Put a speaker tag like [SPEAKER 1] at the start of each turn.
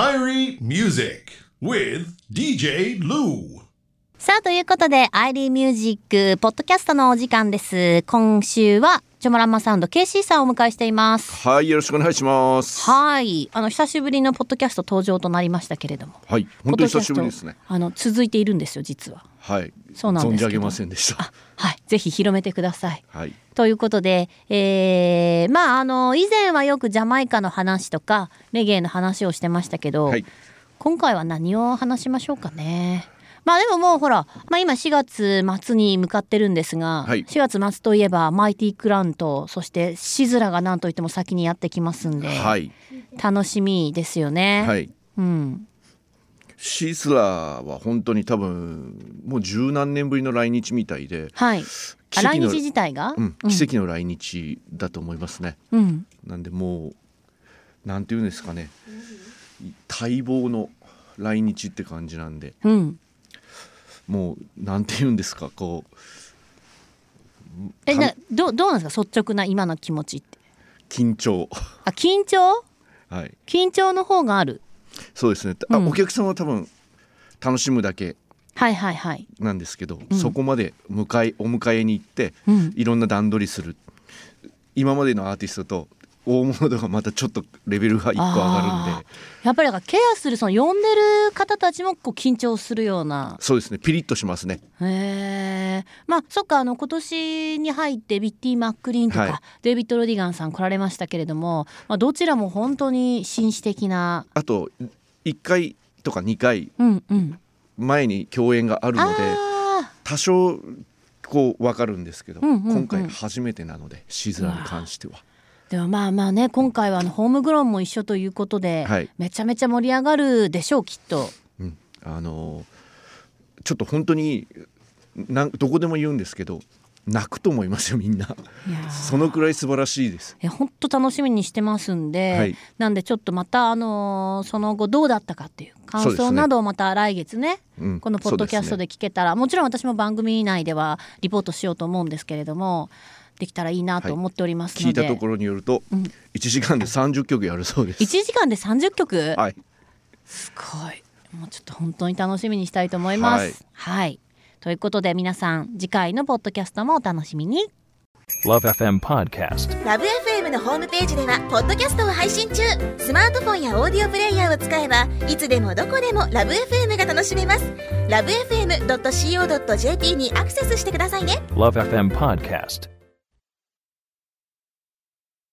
[SPEAKER 1] Irie Music with DJ Lou.
[SPEAKER 2] さあ、ということで、アイリーミュージック、ポッドキャストのお時間です。今週は、ジョモランマサウンド、KC さんをお迎えしています。
[SPEAKER 3] はい、よろしくお願いします。
[SPEAKER 2] はい。あの、久しぶりのポッドキャスト登場となりましたけれども。
[SPEAKER 3] はい、本当に久しぶりです
[SPEAKER 2] ポッ
[SPEAKER 3] ね
[SPEAKER 2] ドキャス。トあの、続いているんですよ、実は。
[SPEAKER 3] はい、
[SPEAKER 2] そうなんですけ
[SPEAKER 3] 存
[SPEAKER 2] ど
[SPEAKER 3] じ上げませんでした。
[SPEAKER 2] はい。ぜひ広めてください。
[SPEAKER 3] はい、
[SPEAKER 2] ということで、えー、まああの以前はよくジャマイカの話とかレゲエの話をしてましたけど、
[SPEAKER 3] はい
[SPEAKER 2] 今回は何を話しましょうかね。まあでももうほら、まあ、今4月末に向かってるんですが、
[SPEAKER 3] はい
[SPEAKER 2] 4月末といえばマイティクラウンとそしてシズラが何といっても先にやってきますんで、
[SPEAKER 3] はい、
[SPEAKER 2] 楽しみですよね。
[SPEAKER 3] はい。
[SPEAKER 2] うん、
[SPEAKER 3] シースラーは本当に多分もう十何年ぶりの来日みたいで、
[SPEAKER 2] はいあ来
[SPEAKER 3] の
[SPEAKER 2] 日自体が、
[SPEAKER 3] うん、奇跡の来日だと思いますね。
[SPEAKER 2] うん
[SPEAKER 3] なんでもうなんていうんですかね、待望の来日って感じなんで、
[SPEAKER 2] うん
[SPEAKER 3] もうなんていうんですか、こう
[SPEAKER 2] え
[SPEAKER 3] た
[SPEAKER 2] などうどうなんですか率直な今の気持ちって。
[SPEAKER 3] 緊張、
[SPEAKER 2] あ緊張
[SPEAKER 3] はい、
[SPEAKER 2] 緊張の方がある
[SPEAKER 3] そうですね。あ、
[SPEAKER 2] うん
[SPEAKER 3] お客さんは多分楽しむだけ。
[SPEAKER 2] はいはいはい。
[SPEAKER 3] なんですけど、
[SPEAKER 2] ん
[SPEAKER 3] そこまで迎えお迎えに行って、
[SPEAKER 2] うん
[SPEAKER 3] いろんな段取りする今までのアーティストと大物とかまたちょっとレベルが一個上がるんで
[SPEAKER 2] あーやっぱりだからケアするその呼んでる方たちもこう緊張するような。
[SPEAKER 3] そうですねピリッとしますね
[SPEAKER 2] へえ。まあそっかあの今年に入ってビッティ・マックリーンとか、
[SPEAKER 3] はい
[SPEAKER 2] デイビッド・ロディガンさん来られましたけれども、まあ、どちらも本当に紳士的な。
[SPEAKER 3] あと1回とか2回
[SPEAKER 2] うんうん。
[SPEAKER 3] 前に共演があるので
[SPEAKER 2] あ
[SPEAKER 3] 多少こう分かるんですけど、
[SPEAKER 2] うんうんうん
[SPEAKER 3] 今回初めてなのでシズラに関しては
[SPEAKER 2] ーでもまあまあね今回はあのホームグローンも一緒ということで、
[SPEAKER 3] はい
[SPEAKER 2] めちゃめちゃ盛り上がるでしょうきっと。
[SPEAKER 3] うん、あのーちょっと本当になんどこでも言うんですけど泣くと思いますよみんな。
[SPEAKER 2] いやー
[SPEAKER 3] そのくらい素晴らしいです。
[SPEAKER 2] え本当楽しみにしてますんで、
[SPEAKER 3] はい
[SPEAKER 2] なんでちょっとまたあのーその後どうだったかっていう
[SPEAKER 3] そ
[SPEAKER 2] 感
[SPEAKER 3] うです
[SPEAKER 2] 想
[SPEAKER 3] ね
[SPEAKER 2] などをまた来月ね
[SPEAKER 3] うん
[SPEAKER 2] このポッドキャストで聞けたら、もちろん私も番組内ではリポートしようと思うんですけれどもできたらいいなと思っております
[SPEAKER 3] 聞
[SPEAKER 2] の
[SPEAKER 3] い
[SPEAKER 2] で、
[SPEAKER 3] たところによると、
[SPEAKER 2] うん
[SPEAKER 3] 1時間で30曲やるそうです。
[SPEAKER 2] 1時間で30曲、
[SPEAKER 3] はい、
[SPEAKER 2] すごいもうちょっと本当に楽しみにしたいと思います。はい、ということで皆さん次回のポッドキャストもお楽しみに
[SPEAKER 4] Love FM Podcast.
[SPEAKER 5] ラブ f m のホームページではポッドキャストを配信中スマートフォンやオーディオプレイヤーを使えばいつでもどこでもラブ f m が楽しめますラブ FM.co.jp にアクセスしてくださいね
[SPEAKER 4] Love FM Podcast.